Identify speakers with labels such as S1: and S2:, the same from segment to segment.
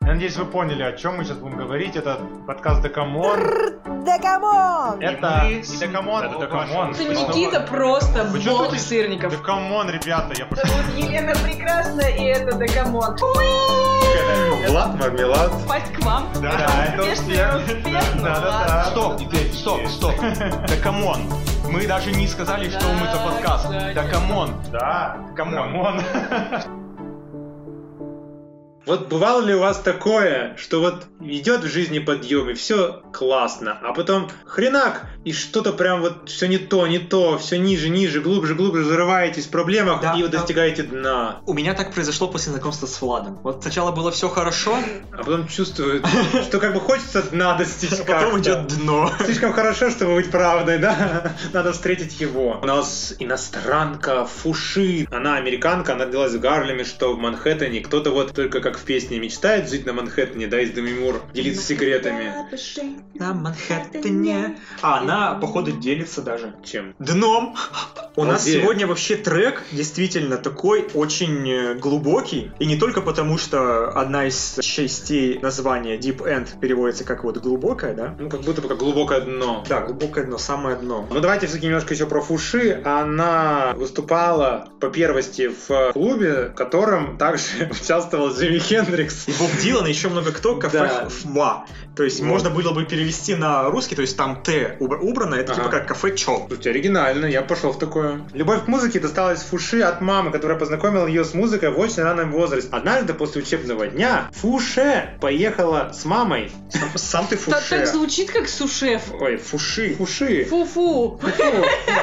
S1: надеюсь, вы поняли, о чем мы сейчас будем говорить. Это подкаст Декамон.
S2: Да камон!
S1: Это
S3: мы
S1: не
S3: с-
S1: Декамон,
S3: это
S1: это
S3: Декамон.
S1: Декамон.
S4: Это
S3: Почему?
S4: Никита просто
S1: Вы чё
S4: бог
S1: тут-
S4: сырников.
S1: Декамон, ребята, я пошел.
S5: Вот Елена прекрасна, и это Дагамон.
S6: Влад Мармелад.
S5: Попасть к вам.
S1: Да, да, это
S5: Успешно,
S1: успех. Да,
S5: успешно,
S1: да, да.
S5: ладно.
S3: Стоп, теперь, стоп, стоп. Да камон. Мы даже не сказали, что мы за подкаст. Да камон.
S1: Да,
S3: Камон.
S6: Вот бывало ли у вас такое, что вот идет в жизни подъем, и все классно, а потом хренак, и что-то прям вот все не то, не то, все ниже, ниже, глубже, глубже зарываетесь в проблемах
S7: Да,
S6: и вот
S7: да.
S6: достигаете дна.
S7: У меня так произошло после знакомства с Владом. Вот сначала было все хорошо,
S6: А потом чувствую, что как бы хочется дна достичь
S7: а потом
S6: как-то.
S7: идет дно.
S6: Слишком хорошо, чтобы быть правдой, да? Надо встретить его. У нас иностранка Фуши. Она американка, она родилась в Гарлеме, что в Манхэттене. Кто-то вот только как в песне мечтает жить на Манхэттене, да, из Демимур, делиться секретами.
S7: На Манхэттене. А она, походу, делится даже.
S6: Чем?
S7: Дном! У нас
S6: Обалдеть.
S7: сегодня вообще трек действительно такой очень э, глубокий. И не только потому, что одна из частей названия Deep End переводится как вот глубокая, да?
S6: Ну, как будто бы как глубокое дно.
S7: Да, глубокое дно, самое дно.
S6: Ну, давайте все-таки немножко еще про Фуши. Она выступала по первости в клубе, в котором также участвовал Джимми Хендрикс.
S7: И Боб Дилан, и еще много кто, кафе
S6: Да.
S7: Фва. То есть
S6: Вот.
S7: можно было бы перевести на русский, то есть там Т уб- убрано, это
S6: Ага.
S7: типа как кафе Чо.
S6: Слушайте, оригинально, я пошел в такое. Любовь к музыке досталась Фуши от мамы, которая познакомила ее с музыкой в очень раннем возрасте. Однажды после учебного дня Фуше поехала с мамой.
S7: Сам, сам ты
S4: Та- Так
S7: фуше.
S4: звучит как сушеф.
S6: Ой, Фуши. Фуши.
S4: Фу-фу.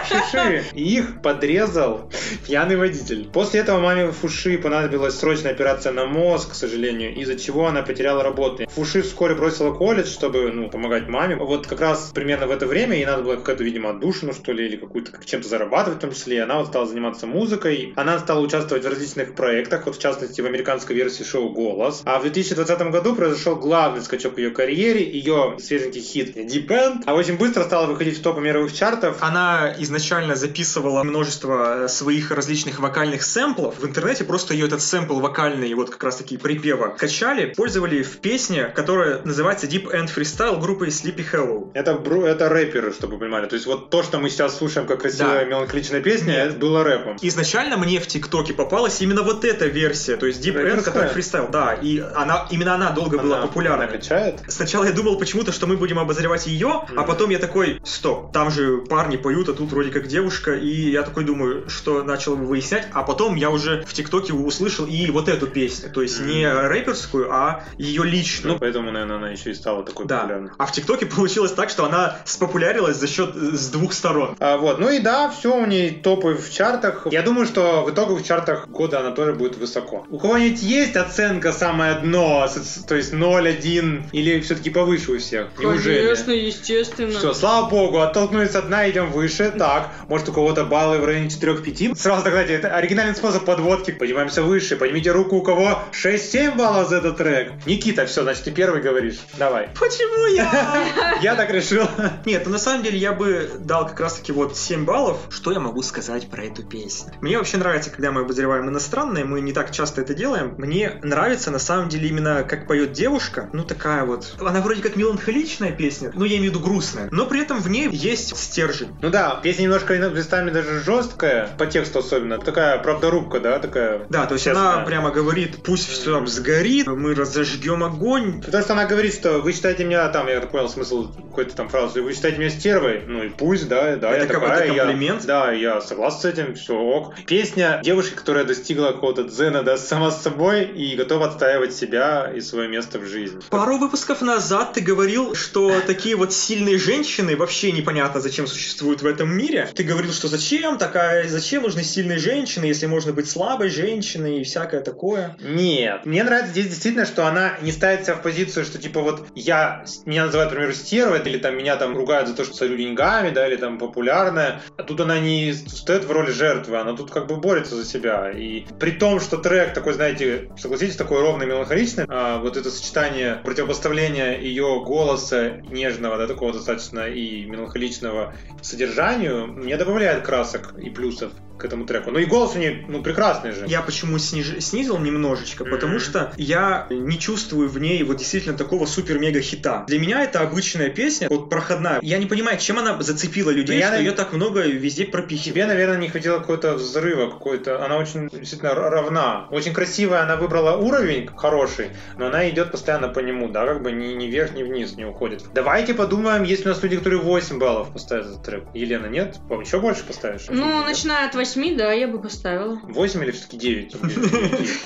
S6: Фуши. И их подрезал пьяный водитель. После этого маме Фуши понадобилась срочная операция на мозг, к сожалению, из-за чего она потеряла работу. Фуши вскоре бросила колледж, чтобы, ну, помогать маме. Вот как раз примерно в это время ей надо было какую-то, видимо, отдушину, что ли, или какую-то как чем-то зарабатывать в том числе. И Она вот стала заниматься музыкой. Она стала участвовать в различных проектах, вот в частности в американской версии шоу «Голос». А в 2020 году произошел главный скачок в ее карьере, ее свеженький хит «Deep End», а очень быстро стала выходить в топы мировых чартов.
S7: Она изначально записывала множество э, своих различных вокальных сэмплов. В интернете просто ее этот сэмпл вокальный, вот как раз таки припева, качали, использовали в песне, которая называется Deep End Freestyle группы Sleepy Hollow.
S6: Это, бру- это рэперы, чтобы вы понимали. То есть вот то, что мы сейчас слушаем, как красивая
S7: Да.
S6: меланхоличная песня,
S7: Нет.
S6: это было рэпом.
S7: Изначально мне в ТикТоке попалась именно вот эта версия, то есть Deep
S6: Рэперская?
S7: End, которая фристайл, да, и она, именно она долго была
S6: Она-
S7: популярна.
S6: она качает?
S7: Сначала я думал почему-то, что мы будем обозревать ее, а
S6: Мгм.
S7: потом я такой, стоп, там же парни поют, а тут вроде как девушка, и я такой думаю, что начал выяснять, а потом я уже в ТикТоке услышал и вот эту песню, то есть не рэперскую, а ее личную.
S6: Ну, поэтому, наверное, она еще и стала такой
S7: да.
S6: популярной.
S7: А в ТикТоке получилось так, что она спопулярилась за счет э, с двух сторон.
S6: А, вот, ну и да, все у ней топы в чартах. Я думаю, что в итоговых чартах года она тоже будет высоко. У кого-нибудь есть оценка самое дно, С- то есть 0, 1 или все-таки повыше у всех? Неужели?
S4: Конечно, естественно.
S6: Все, слава богу, оттолкнулись от дна, идем выше. Так, может у кого-то баллы в районе 4-5. Сразу так, кстати, это оригинальный способ подводки. Поднимаемся выше. Поднимите руку, у кого 6-7 баллов за этот трек. Никита, все, значит, ты первый говоришь. Давай.
S7: Почему я?
S6: Я так решил.
S7: Нет, ну, на самом деле я бы дал как раз таки вот 7 баллов. Что я могу сказать про эту песню? Мне вообще нравится, когда мы обозреваем иностранные, мы не так часто это делаем. Мне нравится на самом деле именно как поет девушка, ну такая вот. Она вроде как меланхоличная песня, ну я имею в виду грустная, но при этом в ней есть стержень.
S6: Ну да, песня немножко иногда местами даже жесткая, по тексту особенно. Такая правдорубка, да, такая.
S7: Да, то есть
S6: Честная.
S7: она прямо говорит, пусть все там сгорит, мы разожгем огонь.
S6: Потому что она говорит, что вы считаете меня, там, я так понял смысл какой-то там фразы, вы считаете меня стервой, ну и пусть, да, да,
S7: Это
S6: я
S7: какой-то
S6: такая, я-
S7: комплимент.
S6: да, я согласен с этим, все ок. Песня девушки, которая достигла какого-то дзена, да, сама с собой и готова отстаивать себя и свое место в жизни.
S7: Пару выпусков назад ты говорил, что такие вот сильные женщины вообще непонятно, зачем существуют в этом мире. Ты говорил, что зачем такая, зачем нужны сильные женщины, если можно быть слабой женщиной и всякое такое.
S6: Нет. Мне нравится здесь действительно, что она не ставит себя в позицию, что типа вот я, меня называют, например, стервой, или там меня там ругают за то, что царю деньгами, да, или там популярная. А тут она не встает в роли жертвы, она тут как бы борется за себя. И при том, что трек такой, знаете, согласитесь, такой ровный, меланхоличный, а вот это сочетание противопоставления ее голоса нежного, да, такого достаточно и меланхоличного содержанию, мне добавляет красок и плюсов к к этому треку. Ну и голос у нее, ну, прекрасный же.
S7: Я почему сниж- снизил немножечко, потому что я не чувствую в ней вот действительно такого супер-мега-хита. Для меня это обычная песня, вот проходная. Я не понимаю, чем она зацепила людей,
S6: Я
S7: что
S6: нав-
S7: ее так много везде пропихивают.
S6: Тебе, наверное, не хватило какого-то взрыва, какой-то. Она очень действительно р- равна. Очень красивая, она выбрала уровень хороший, но она идет постоянно по нему, да, как бы ни, ни вверх, ни вниз не уходит. Давайте подумаем, есть у нас люди, которые 8 баллов поставят за трек. Елена, нет? По- Еще больше поставишь?
S4: Ну, начиная от восьми, да, я бы поставила.
S6: 8 или все-таки 9?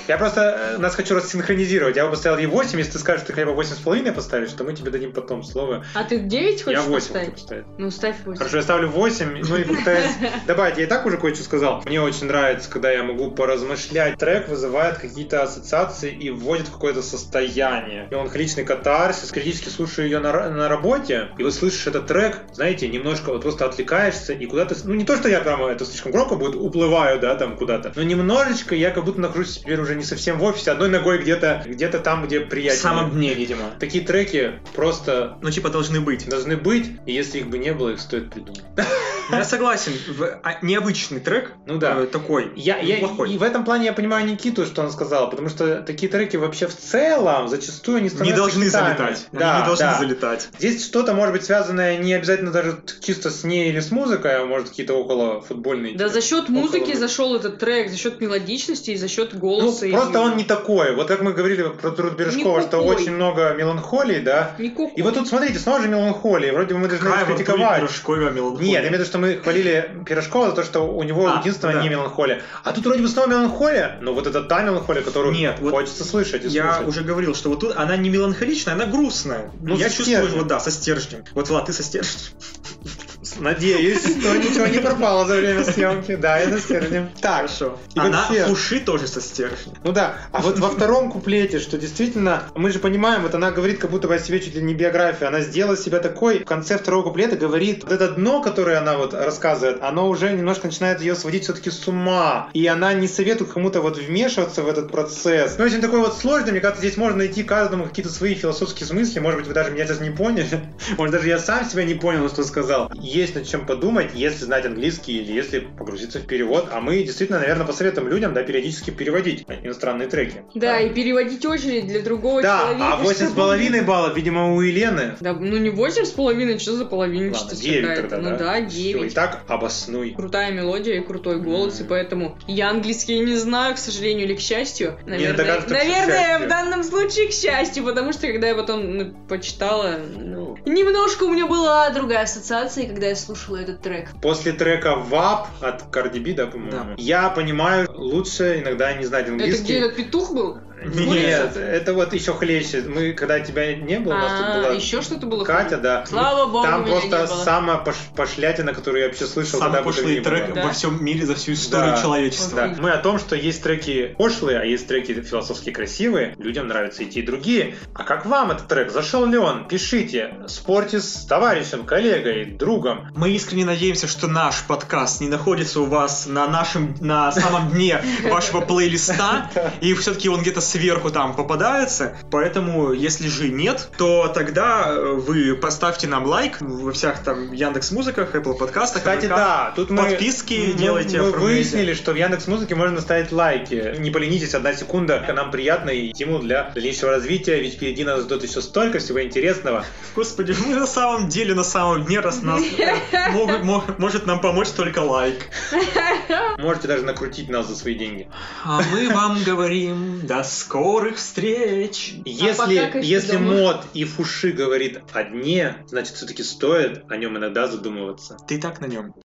S6: Я просто э, нас хочу рассинхронизировать. Я бы поставил ей 8, если ты скажешь, что ты хотя бы 8,5 поставишь, то мы тебе дадим потом слово.
S4: А ты девять
S6: Я
S4: хочешь
S6: 8 хочу
S4: поставить?
S6: поставить.
S4: Ну, ставь восемь.
S6: Хорошо, я ставлю 8, ну и пытаюсь добавить. Я и так уже кое-что сказал. Мне очень нравится, когда я могу поразмышлять. Трек вызывает какие-то ассоциации и вводит в какое-то состояние. Меланхоличный катарсис. Критически слушаю ее на, ра- на работе, и вы слышишь этот трек, знаете, немножко вот просто отвлекаешься и куда-то... с- Ну не то, что я прямо, это слишком громко будет, уплываю, да, там куда-то. Но немножечко я как будто нахожусь теперь уже не совсем в офисе, одной ногой где-то где то там, где
S7: В
S6: приятнее.
S7: самом дне, видимо.
S6: Такие треки просто
S7: Ну, типа, должны быть.
S6: должны быть, и если их бы не было, их стоит придумать.
S7: Я согласен, в- а, необычный трек.
S6: Ну да.
S7: э, Такой.
S6: Я, я-
S7: неплохой.
S6: и в этом плане я понимаю Никиту, что он сказал, потому что такие треки вообще в целом зачастую они
S7: Не
S6: становятся
S7: должны
S6: хитами.
S7: залетать. Они
S6: Да,
S7: не должны
S6: да.
S7: залетать.
S6: Здесь что-то может быть связанное не обязательно даже чисто с ней или с музыкой, а может какие-то около футбольные.
S4: Да за счет
S6: Около
S4: музыки
S6: бы.
S4: зашел этот трек, за счет мелодичности и за счет
S6: ну,
S4: голоса. и-
S6: просто он не такой. Вот как мы говорили про Труд Бережкова, что
S4: Никакой.
S6: очень много меланхолии, да.
S4: Не куку.
S6: И вот тут, смотрите, снова же меланхолия. Вроде бы мы должны
S7: Кайф, Антоний
S6: критиковать.
S7: Пирожкова, меланхолия.
S6: Нет, я имею в виду, что мы хвалили Пирожкова за то, что у него
S7: А,
S6: единственное
S7: да.
S6: не меланхолия. А тут вроде бы снова меланхолия, но вот это та меланхолия, которую
S7: Нет, вот
S6: хочется слышать и
S7: Я
S6: слушать.
S7: уже говорил, что вот тут она не меланхоличная, она грустная.
S6: Ну,
S7: я
S6: со
S7: чувствую,
S6: стержнем.
S7: вот да, со стержнем. Вот, Влад, ты со стержнем.
S6: Надеюсь, что ничего не пропало за время съемки. Да, это стержнем. Так,
S7: Хорошо.
S6: И
S7: она
S6: вообще-
S7: фуши тоже со стержнем.
S6: ну да. А вот во втором куплете, что действительно, мы же понимаем, вот она говорит как будто бы о себе чуть ли не биографию. Она сделала себя такой. В конце второго куплета говорит, вот это дно, которое она вот рассказывает, оно уже немножко начинает ее сводить все-таки с ума. И она не советует кому-то вот вмешиваться в этот процесс. Ну, очень такой вот сложный, мне кажется, здесь можно найти каждому какие-то свои философские смыслы. Может быть, вы даже меня сейчас не поняли. Может, даже я сам себя не понял, что сказал. Есть над чем подумать, если знать английский или если погрузиться в перевод. А мы действительно, наверное, посоветуем людям, да, периодически переводить иностранные треки.
S4: Да, и переводить очередь для другого
S6: Да,
S4: человека.
S6: а 8,5 баллов, видимо, у Елены.
S4: Да, ну не восемь с половиной, что за половинчатость
S6: Ладно, 9
S4: какая-то?
S6: тогда, да?
S4: Ну да,
S6: Всё,
S4: девять.
S6: Итак, обоснуй.
S4: Крутая мелодия и крутой голос, и поэтому я английский не знаю, к сожалению или к счастью. Наверное,
S6: догадываться, к
S4: наверное
S6: счастью.
S4: в данном случае к счастью, потому что когда я потом ну, почитала, ну,
S6: Ну.
S4: немножко у меня была другая ассоциация, когда я слушала этот трек.
S6: После трека «Вап» от Cardi B, да, по-моему?
S7: Да.
S6: Я понимаю, лучше иногда не знать
S4: Это где
S6: английский.
S4: этот петух был?
S6: Нет, это вот еще хлеще. Мы, когда тебя не было, Ну, у нас тут
S4: А,
S6: была
S4: еще что-то было?
S6: Катя, да.
S4: Слава богу,
S6: Там
S4: меня не
S6: просто
S4: было.
S6: самая пош- пошлятина, которую я вообще слышал,
S7: Самый
S6: когда бы
S7: пошлый
S6: это ни
S7: трек
S6: было.
S4: Да.
S7: во всем мире за всю историю
S6: Да.
S7: человечества.
S6: Да. Мы о том, что есть треки пошлые, а есть треки философски красивые. Людям нравятся и те, и другие. А как вам этот трек? Зашел ли он? Пишите. Спорьте с товарищем, коллегой, другом.
S7: Мы искренне надеемся, что наш подкаст не находится у вас на нашем, на самом дне вашего плейлиста, и все-таки он где-то сверху там попадается. Поэтому, если же нет, то тогда э, вы поставьте нам лайк во всех там Яндекс Музыках, Apple подкастах.
S6: Кстати,
S7: ВК.
S6: да, тут мы-
S7: Подписки
S6: мы,
S7: делайте,
S6: Мы
S7: оформляйте.
S6: выяснили, что в Яндекс Музыке можно ставить лайки. Не поленитесь, одна секунда, нам приятно и стимул для дальнейшего развития, ведь впереди нас ждет еще столько всего интересного.
S7: Господи, мы на самом деле на самом дне, раз нас э, могут- мо- может нам помочь только лайк.
S6: Можете даже накрутить нас за свои деньги.
S7: А мы вам говорим до скорых встреч.
S4: пока
S6: Если,
S4: как
S6: если
S4: ты думаешь?
S6: мод и фуши говорит о дне, значит все-таки стоит о нем иногда задумываться.
S7: Ты и так на нем.